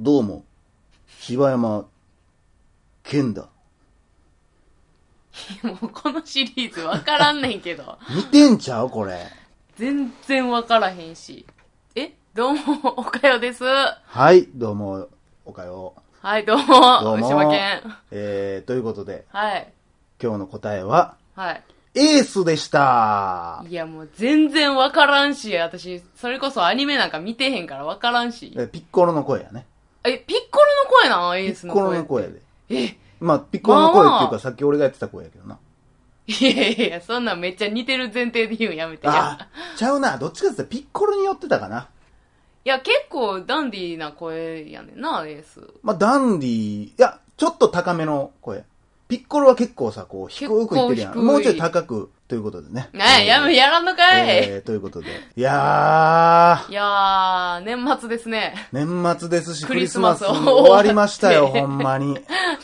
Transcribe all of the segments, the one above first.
どうも、柴山健だ。 もうこのシリーズわからんねんけど。似てんちゃうこれ。全然わからへんし。えどうも、おかよです。ははい、どうも、おかよう。い、どうも、どうも牛島健。えー、ということで、はい。今日の答えは、はい。エースでした。いや、もう全然わからんし、私、それこそアニメなんか見てへんからわからんし。えピッコロの声やね。え、ピッコロの声なのエピースッのコ声。ロの声やで。え、まあ、ピッコロの声っていうまか、あさっき俺がやってた声やけどな。いやいやいや、そんなんめっちゃ似てる前提で言うんやめてや。あー、ちゃうな。どっちかって言ったらピッコロに寄ってたかな。いや、結構ダンディーな声やねんな、エース。まあ、ダンディいや、ちょっと高めの声。ピッコロは結構さ、こう、低く言ってるや結ん。構低いもうちょい高く、ということでね。ねえ、やめ、やらんのかい、えー、ということで。いやーい、やー、年末ですね。 年末ですし、ククリリススママススも終わりました よ、終ほわってんまに。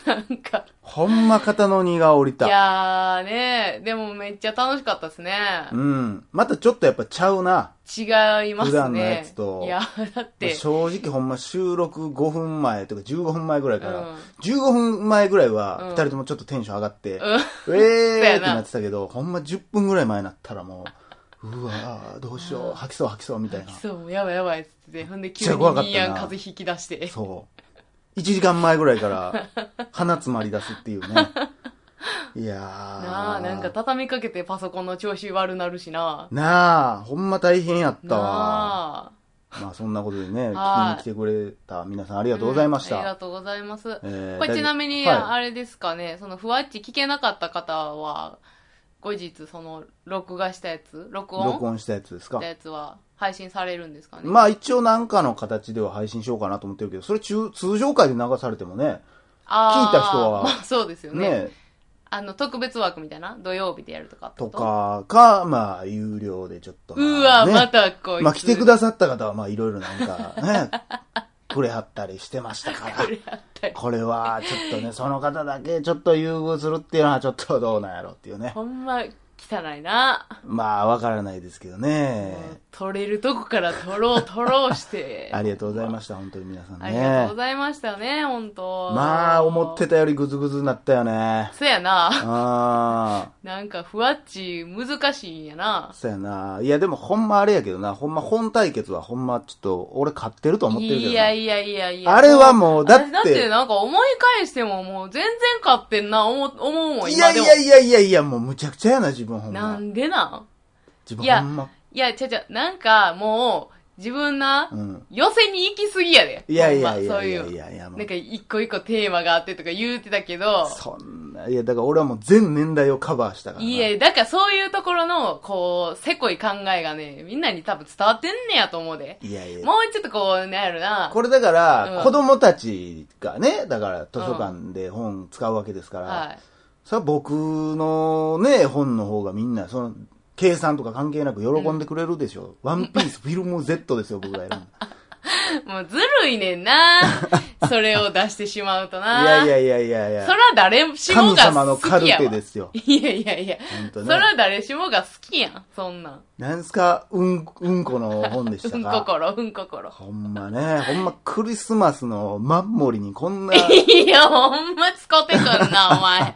なんか、ほんま肩の荷が下りいた。やーね、でもめっちゃ楽しかったですね。うん。またちょっとやっぱちゃうな。違いますね。普段のやつといや、だって、正直ほんま収録5分前とか15分前ぐらいから、うん15分前ぐらいうはん2人ともちょっとテンション上がって、うんウェそうーやなってなってたけど、ほんま10分ぐらい前になったらもう、うわーどうしよう、吐きそう吐きそう みたいな。そう、やばいやばいっつって、ほんで急めっちゃに怖かったなニーヤン風邪引き出して。そう。1時間前ぐらいから、鼻詰まり出すっていうね。いやー。なあ、なんか畳みかけてパソコンの調子悪なるしな。なあ、ほんま大変やったわ。なあ。まあそんなことでね、聞きはいに来てくれた皆さんありがとうございましうんありがた。とうございます。えーこれだいちなみに、はいあれですかね、その、ふわっち聞けなかった方は、後日、その、録画したやつ録音録音したやつですかした。やつは、配信されるんですかね。まあ一応なんかの形では配信しようかなと思ってるけど、それ中通常回で流されてもね、あー聞いた人はまあ、そうですよね。ね、あの、特別枠みたいな土曜日でやるとかってとこと。かか、まあ有料でちょっとまあね。うわ、またこいつ。まあ来てくださった方はまあいろいろなん かね、くれはったりしてましたから。さい。これはちょっとね、その方だけちょっと優遇するっていうのはちょっとどうなんやろっていうね。ほんま、汚いな。まあわからないですけどね。取れるとこから取ろう、 取ろうして。ありがとうございました、本当に皆さんありがとうねご。ざいましたね、本当まあ、思ってたよりグズグズになったよね。そやな。ああ、なんか、ふわっち、難しいんやな。そうやな。いや、でもほんまあれやけどな、ほんま本対決はほんまちょっと、俺勝ってると思ってるけどいなやいやいやいや。あれはもうだって私だってなんか思い返してももう全然勝ってんな、思う、思うもん、いや今いでも。やいやいやいや、もうむちゃくちゃやな、自分ほんなま。んでなん自い分やほんま。いや、ちゃちゃ、なんか、もう、自分な、うん寄せに行き過ぎやで。いやいやいほんまやそういいやう。いやいや、もなんうか、一個一個テーマがあってとか言うてたけど、そんな、いや、だから俺はもう全年代をカバーしたからな。いや、だからそういうところの、こう、せこい考えがね、みんなに多分伝わってんねやと思うで。いやいやも。うちょっとこう、なんやろな。これだかうら、ん子供たちがね、だから図書館で本使うわけですから、はい。それは僕のね、本の方がみんな、その、計算とか関係なく喜んでくれるでしょ。ワンピ ース、フィルム Z ですよ、僕が選んだ。もうずるいね んな。それを出してしまうといな。やいやいやいやいやそ。ら誰しも神が様の好カルきやテわで。すよ。いやいやいや。ほんとそねら誰しもが好きやん、そんなん。なんすか、うん、うんこの本でし うたんか。心、うん心。ほんまね、ほんまクリスマスのマンモリにこ んな、いや、ほんま使ってくん な、お前。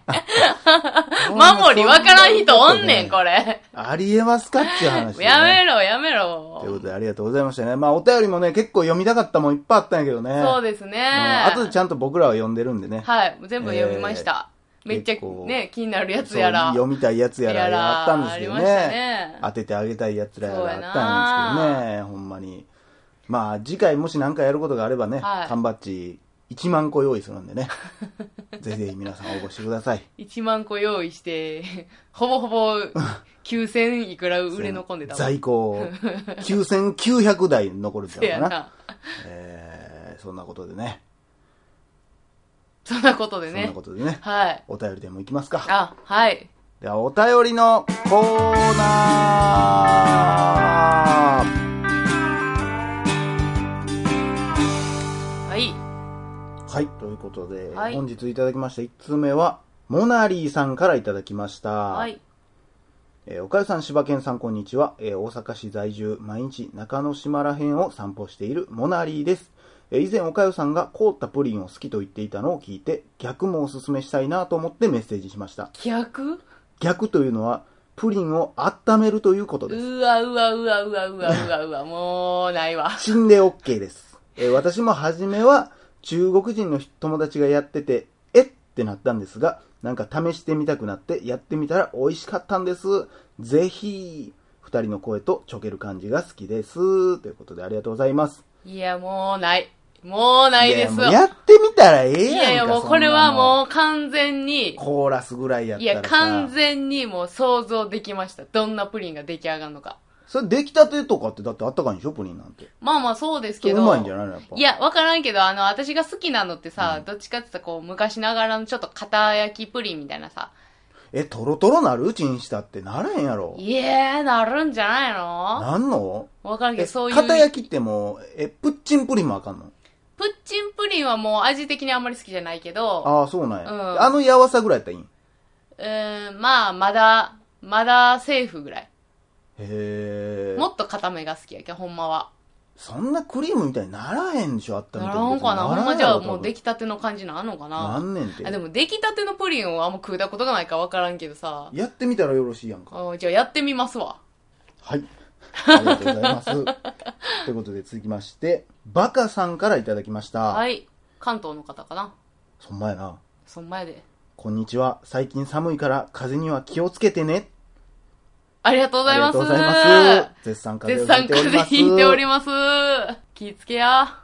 守り分からん人おんねん、これ。ありえますかっていう話、ね。やめろ、やめというころ。とでありがとうございましたね。まあお便りもね、結構読みたかったもんいっぱいあったんやけどね。そうですね。あとでちゃんと僕らは読んでるんでね。はい、全部読みました。めっち結構ゃね、気になるやつやら。そう読みたいやつやらやらあったんですけどねありましたね当ててあげたいやつらやそうらやなあったんですけどねほんまにまあ次回もし何かやることがあればね、はい缶バッジ1万個用意するんで ねぜひぜひ皆さん応募してください1万個用意して、 ほぼほぼ9000いくら売れ残んでたもん。在庫 を9900台残るんちせゃやうかなな。えーそんなことでねそんなことでそんなねこ。とでねはい。お便りでもいきますかあ、はい。ではお便りのコーナーはい。はい、ということで、はい本日いただきました1通目は、モナリーさんからいただきました。はい。えー、おかゆさん、柴犬さん、こんにちは。えー大阪市在住、毎日中之島ら辺を散歩しているモナリーです。えー以前、おかゆさんが凍ったプリンを好きと言っていたのを聞いて、逆もおすすめしたいなと思ってメッセージしました。逆逆というのは、プリンを温めるということです。うわうわうわうわうわうわうわ、もう、ないわ。死んで OK です。えー私も初めは中国人の友達がやってて、えってなったんですが、なんか試してみたくなって、やってみたら美味しかったんです。ぜひ、二人の声とちょける感じが好きです。ということでありがとうございます。いや、もうない。もうないですやもよ。うやってみたらええやんいか。やいや、もそうんなのこれはもう完全に、コーラスぐらいやっいたらさや、完全にもう想像できました。どんなプリンが出来上がるのか。それ出来たてとかってだってあったかいんでしょプリンなんて。まあまあそうですけうど。まいんじゃないのやっぱ。いや、わからんけど、あの、私が好きなのってさ、どっちかって言ったらこう、昔ながらのちょっと片焼きプリンみたいなさ。え、トロトロなるチンしたってならへんやろ。いやー、なるんじゃないのなんのわからんけえど、そういう。片焼きってもう、え、プッチンプリンもあかんのプッチンプリンはもう味的にあんまり好きじゃないけど、ああ、そうなんや。うんあのやわさぐらいやったらいいんうーん、まあ、まだ、まだセーフぐらい。へえ。もっと固めが好きやけど、ほんまは。そんなクリームみたいにならへんでしょあったみなたいらんかなほんまじゃあもう出き来たての感じなんのかななんねんて。あでも出来たてのプリンをあんま食うたことがないから分からんけどさ。やってみたらよろしいやんか。あじゃあやってみますわ。 はい。ありがとうございます。ということで続きまして、バカさんからいただきました。はい。関東の方かな。そんまやな。そんまやで。こんにちは。最近寒いから風邪には気をつけてね。ありがとうごあざいりまがす。とうございます。絶賛風絶邪を賛ひいてお風りま邪す。ひいております。気ぃつけや。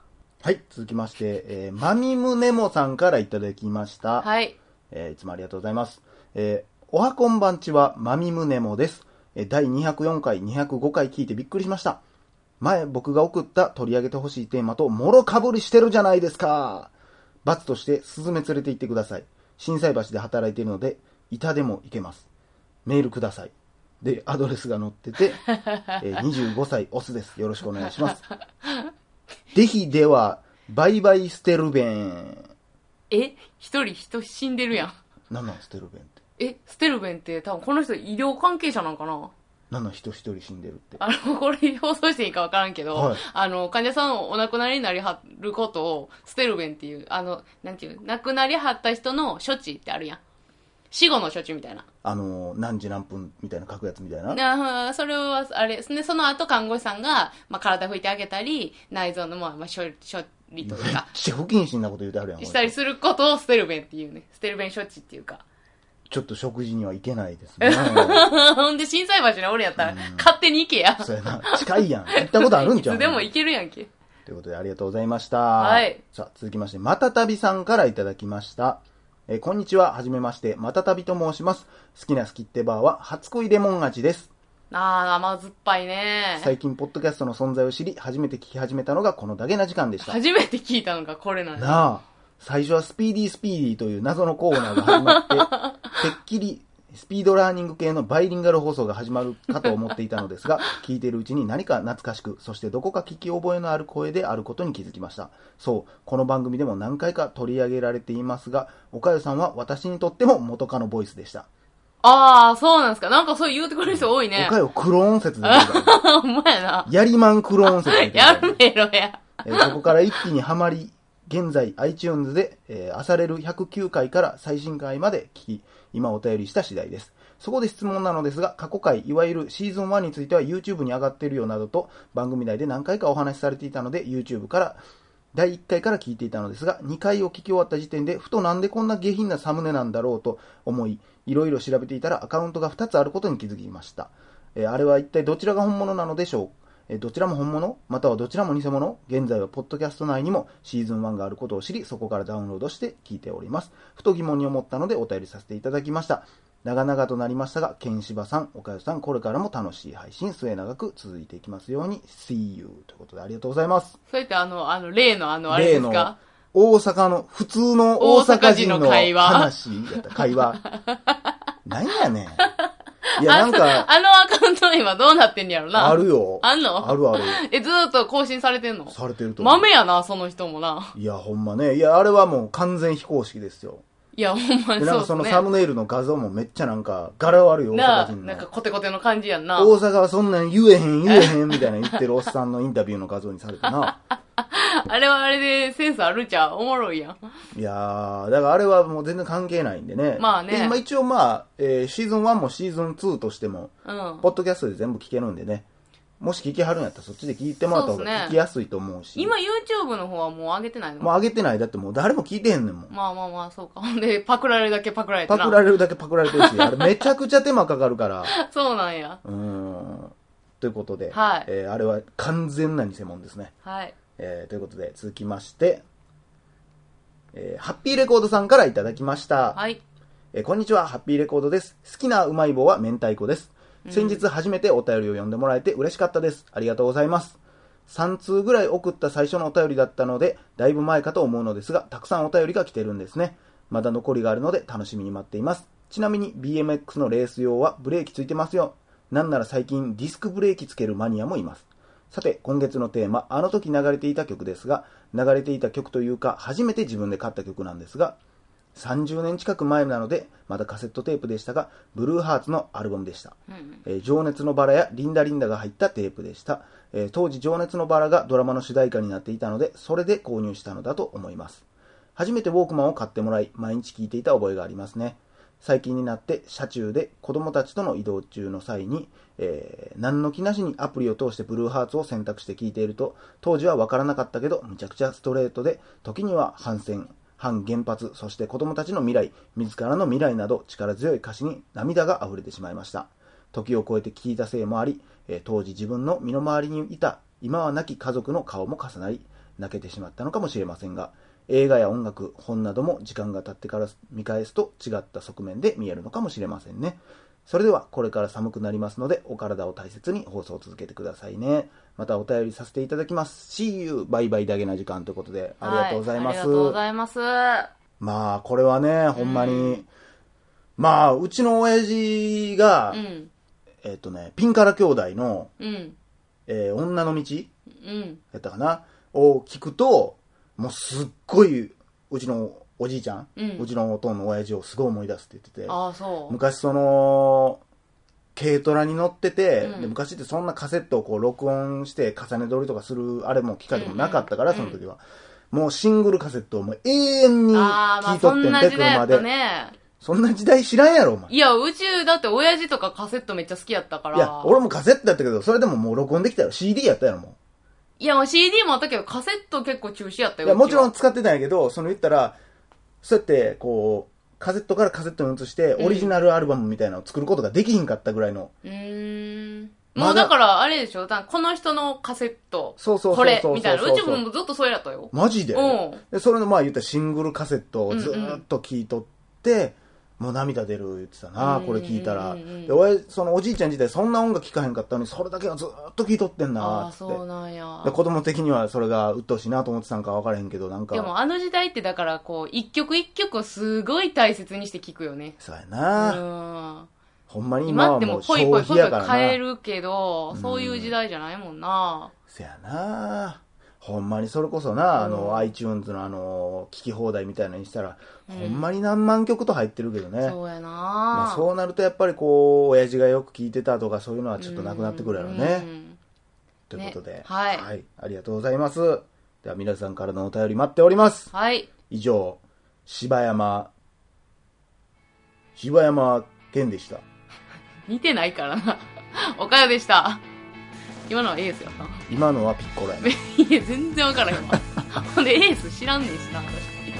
はい。続きまして、えー、まみむねもさんからいただきました。はい。えーいつもありがとうございます。えーおはこんばんちは、まみむねもです。えー第204回、205回聞いてびっくりしました。前、僕が送った取り上げてほしいテーマと、もろかぶりしてるじゃないですか。罰として、スズメ連れて行ってください。震災橋で働いているので、板でも行けます。メールください。で、アドレスが載ってて、えー25歳、オスです。よろしくお願いします。ぜひでは、バイバイステルベン。え一人人死んでるやん。なんなんステルベンって。え、ステルベンって多分この人医療関係者なんかななんなん人一人死んでるって。あの、これ放送していいかわからんけど、はいあの、患者さんをお亡くなりになりはることを、ステルベンっていう、あの、なんていう、亡くなりはった人の処置ってあるやん。死後の処置みたいな。あのー、何時何分みたいな書くやつみたいな。あそれは、あれ、ね、その後看護師さんが、まあ、体拭いてあげたり、内臓の、まあ、まあ、処理、処理とい うか、シェフ謹慎なこと言うてあるやん。したりすることをステルベンっていうね。ステルベン処置っていうか。 ちょっと食事には行けないですね。ほんで、震災橋に俺やったら、勝手に行けや。そうやな。近いやん。行ったことあるんいじゃつん。でも行けるやんけ。ということでありがとうございました。はいさあ、続きまして、またたびさんからいただきました。えーこんにちは。はじめまして。またたびと申します。好きなスキッテバーは、初恋レモン味です。あー、甘酸っぱいね。最近、ポッドキャストの存在を知り、初めて聞き始めたのが、このだけな時間でした。初めて聞いたのがこれなんだ。なあ、最初はスピーディースピーディーという謎のコーナーが始まって、てっきりスピードラーニング系のバイリンガル放送が始まるかと思っていたのですが、聞いているうちに何か懐かしく、そしてどこか聞き覚えのある声であることに気づきました。そう、この番組でも何回か取り上げられていますが、岡谷さんは私にとっても元カノボイスでした。あー、そうなんですか。なんかそう言うてくれる人多いね岡。谷クローン説でございます。 ほんまやな。やりまんクローン説でご ざいやますめろや。えーここから一気にはまり、現在 iTunes で、えー、あされる109回から最新回まで聞き、今お便りした次第です。そこで質問なのですが、過去回、いわゆるシーズン1については YouTube に上がっているよなどと、番組内で何回かお話しされていたので、YouTube から、第1回から聞いていたのですが、2回を聞き終わった時点で、ふとなんでこんな下品なサムネなんだろうと思い、いろいろ調べていたらアカウントが2つあることに気づきました。えーあれは一体どちらが本物なのでしょうえーどちらも本物またはどちらも偽物現在はポッドキャスト内にもシーズン1があることを知り、そこからダウンロードして聞いております。ふと疑問に思ったのでお便りさせていただきました。長々となりましたが、ケンシバさん、岡代さん、これからも楽しい配信、末永く続いていきますように、See you! ということでありがとうございます。そうやってあの、あの、例のあの、あれですか大阪の、普通の大阪人の大阪人の会話話やった、会 話。何やねん。いや、なんか、 あのあのアカウント今どうなってんやろな。あるよ。あんのある ある。え、ずーっと更新されてんのされてると思う。豆やな、その人もな。いや、ほんまね。いや、あれはもう完全非公式ですよ。いや、ほんまでになんそうかですそのね。サムネイルの画像もめっちゃなんか、柄悪い大な阪あ、人なんかの。コテコテの感じやんな。大阪はそんなん言えへん言えへんみたいな言ってるおっさんのインタビューの画像にされて な。あれはあれでセンスあるじゃん。おもろいやん。いやー、だからあれはもう全然関係ないんでね。まあねで今一応まあ、えーシーズン1もシーズン2としても、うんポ。ッドキャストで全部聞けるんでね。もし聞きはるんやったらそっちで聞いてもらった方そうっすねが聞きやすいと思うし。今 YouTube の方はもう上げてないのもう上げてない。だってもう誰も聞いてへんねんもん。まあまあまあ、そうか。ほんで、パクられるだけパクられてパな。クられるだけパクられてるし、あれめちゃくちゃ手間かかるから。 そうなんや。うーん。ということで、はいえーあれは完全な偽物ですね。はい。えーということで、続きまして、えーハッピーレコードさんからいただきました。はい。えーこんにちは、ハッピーレコードです。好きなうまい棒は明太子です。先日初めてお便りを読んでもらえて嬉しかったです。ありがとうございます。3通ぐらい送った最初のお便りだったので、だいぶ前かと思うのですが、たくさんお便りが来てるんですね。まだ残りがあるので楽しみに待っています。ちなみに BMX のレース用はブレーキついてますよ。なんなら最近ディスクブレーキつけるマニアもいます。さて、今月のテーマ、あの時流れていた曲ですが、流れていた曲というか、初めて自分で買った曲なんですが、30年近く前なので、まだカセットテープでしたが、ブルーハーツのアルバムでした。うん。えー情熱のバラやリンダリンダが入ったテープでした、えー当時情熱のバラがドラマの主題歌になっていたのでそれで購入したのだと思います初めてウォークマンを買ってもらい毎日聴いていた覚えがありますね最近になって車中で子供たちとの移動中の際に、えー何の気なしにアプリを通してブルーハーツを選択して聴いていると当時は分からなかったけどむちゃくちゃストレートで時には反戦反原発そして子供たちの未来自らの未来など力強い歌詞に涙が溢れてしまいました時を超えて聞いたせいもあり、えー当時自分の身の回りにいた今は亡き家族の顔も重なり泣けてしまったのかもしれませんが映画や音楽本なども時間が経ってから見返すと違った側面で見えるのかもしれませんねそれではこれから寒くなりますのでお体を大切に放送を続けてくださいねまたお便りさせていただきます See you バイバイだけな時間ということでありがとうございます、はありがとうございます。まあこれはねほんまに、まあうちの親父が、うん。えっ、とね、ピンカラ兄弟の、うん。えー女の道うん。やったかなを聞くと、もうすっごい、うちのおじいちゃん、ううんちのおとんの親父をすごい思い出すって言ってて、ああ、そう。昔その、軽トラに乗ってて、うんで昔ってそんなカセットをこう録音して重ね撮りとかするあれも機械とかもなかったから、うんうんその時は。もうシングルカセットをもう永遠にああ、ま聞あいとそっんてんなて、時代や車ったで。ね。そんな時代知らんやろ、お前。いや、うち、だって親父とかカセットめっちゃ好きやったから。いや、俺もカセットやったけど、それでももう録音できたよ。CD やったやろ、もう。いや、まあ CD もあったけど、カセット結構中止やったよ。いや、もちろうん使ってたんやけど、その言ったら、そうやって、こう、カセットからカセットに移して、んオリジナルアルバムみたいなのを作ることができひんかったぐらいの。ちは。うーん。まだもうだから、あれでしょだからこの人のカセット。そうそうそうそこうれそう。みたいな。うちそうそうもずっとそれやったよ。マジでうんで、それのまあ言ったらシングルカセットをずーっと聞いとって、もう涙出る言ってたな、これ聞いたら。うんうんうんうんで、俺、そのおじいちゃん自体そんな音楽聴かへんかったのに、それだけはずーっと聞いとってんあなあ、つっそうて。なんや。で子供的にはそれが鬱陶しいなと思ってたんか分からへんけど、なんか。でもあの時代ってだからこう、一曲一曲をすごい大切にして聞くよね。そうやうな、ん。ほんまに今今はってももううポ消イポイポ費イポやイからな。変えるけどう、んそういう時代じゃないもんな。せやなほんまにそれこそな、あうんの iTunes のあの聞き放題みたいなのにしたら、うんほんまに何万曲と入ってるけどねそうやな、まあ、そうなるとやっぱりこう親父がよく聞いてたとかそういうのはちょっとなくなってくるやろうね、んということで、ねはいありがとうございますでは皆さんからのお便り待っておりますはい。以上柴山柴山健でした似てないからな。 おかよでした。今のはエースやった。今のはピッコロやない や、全然わからへんわ。ほんで、エース知らんねんしな、私。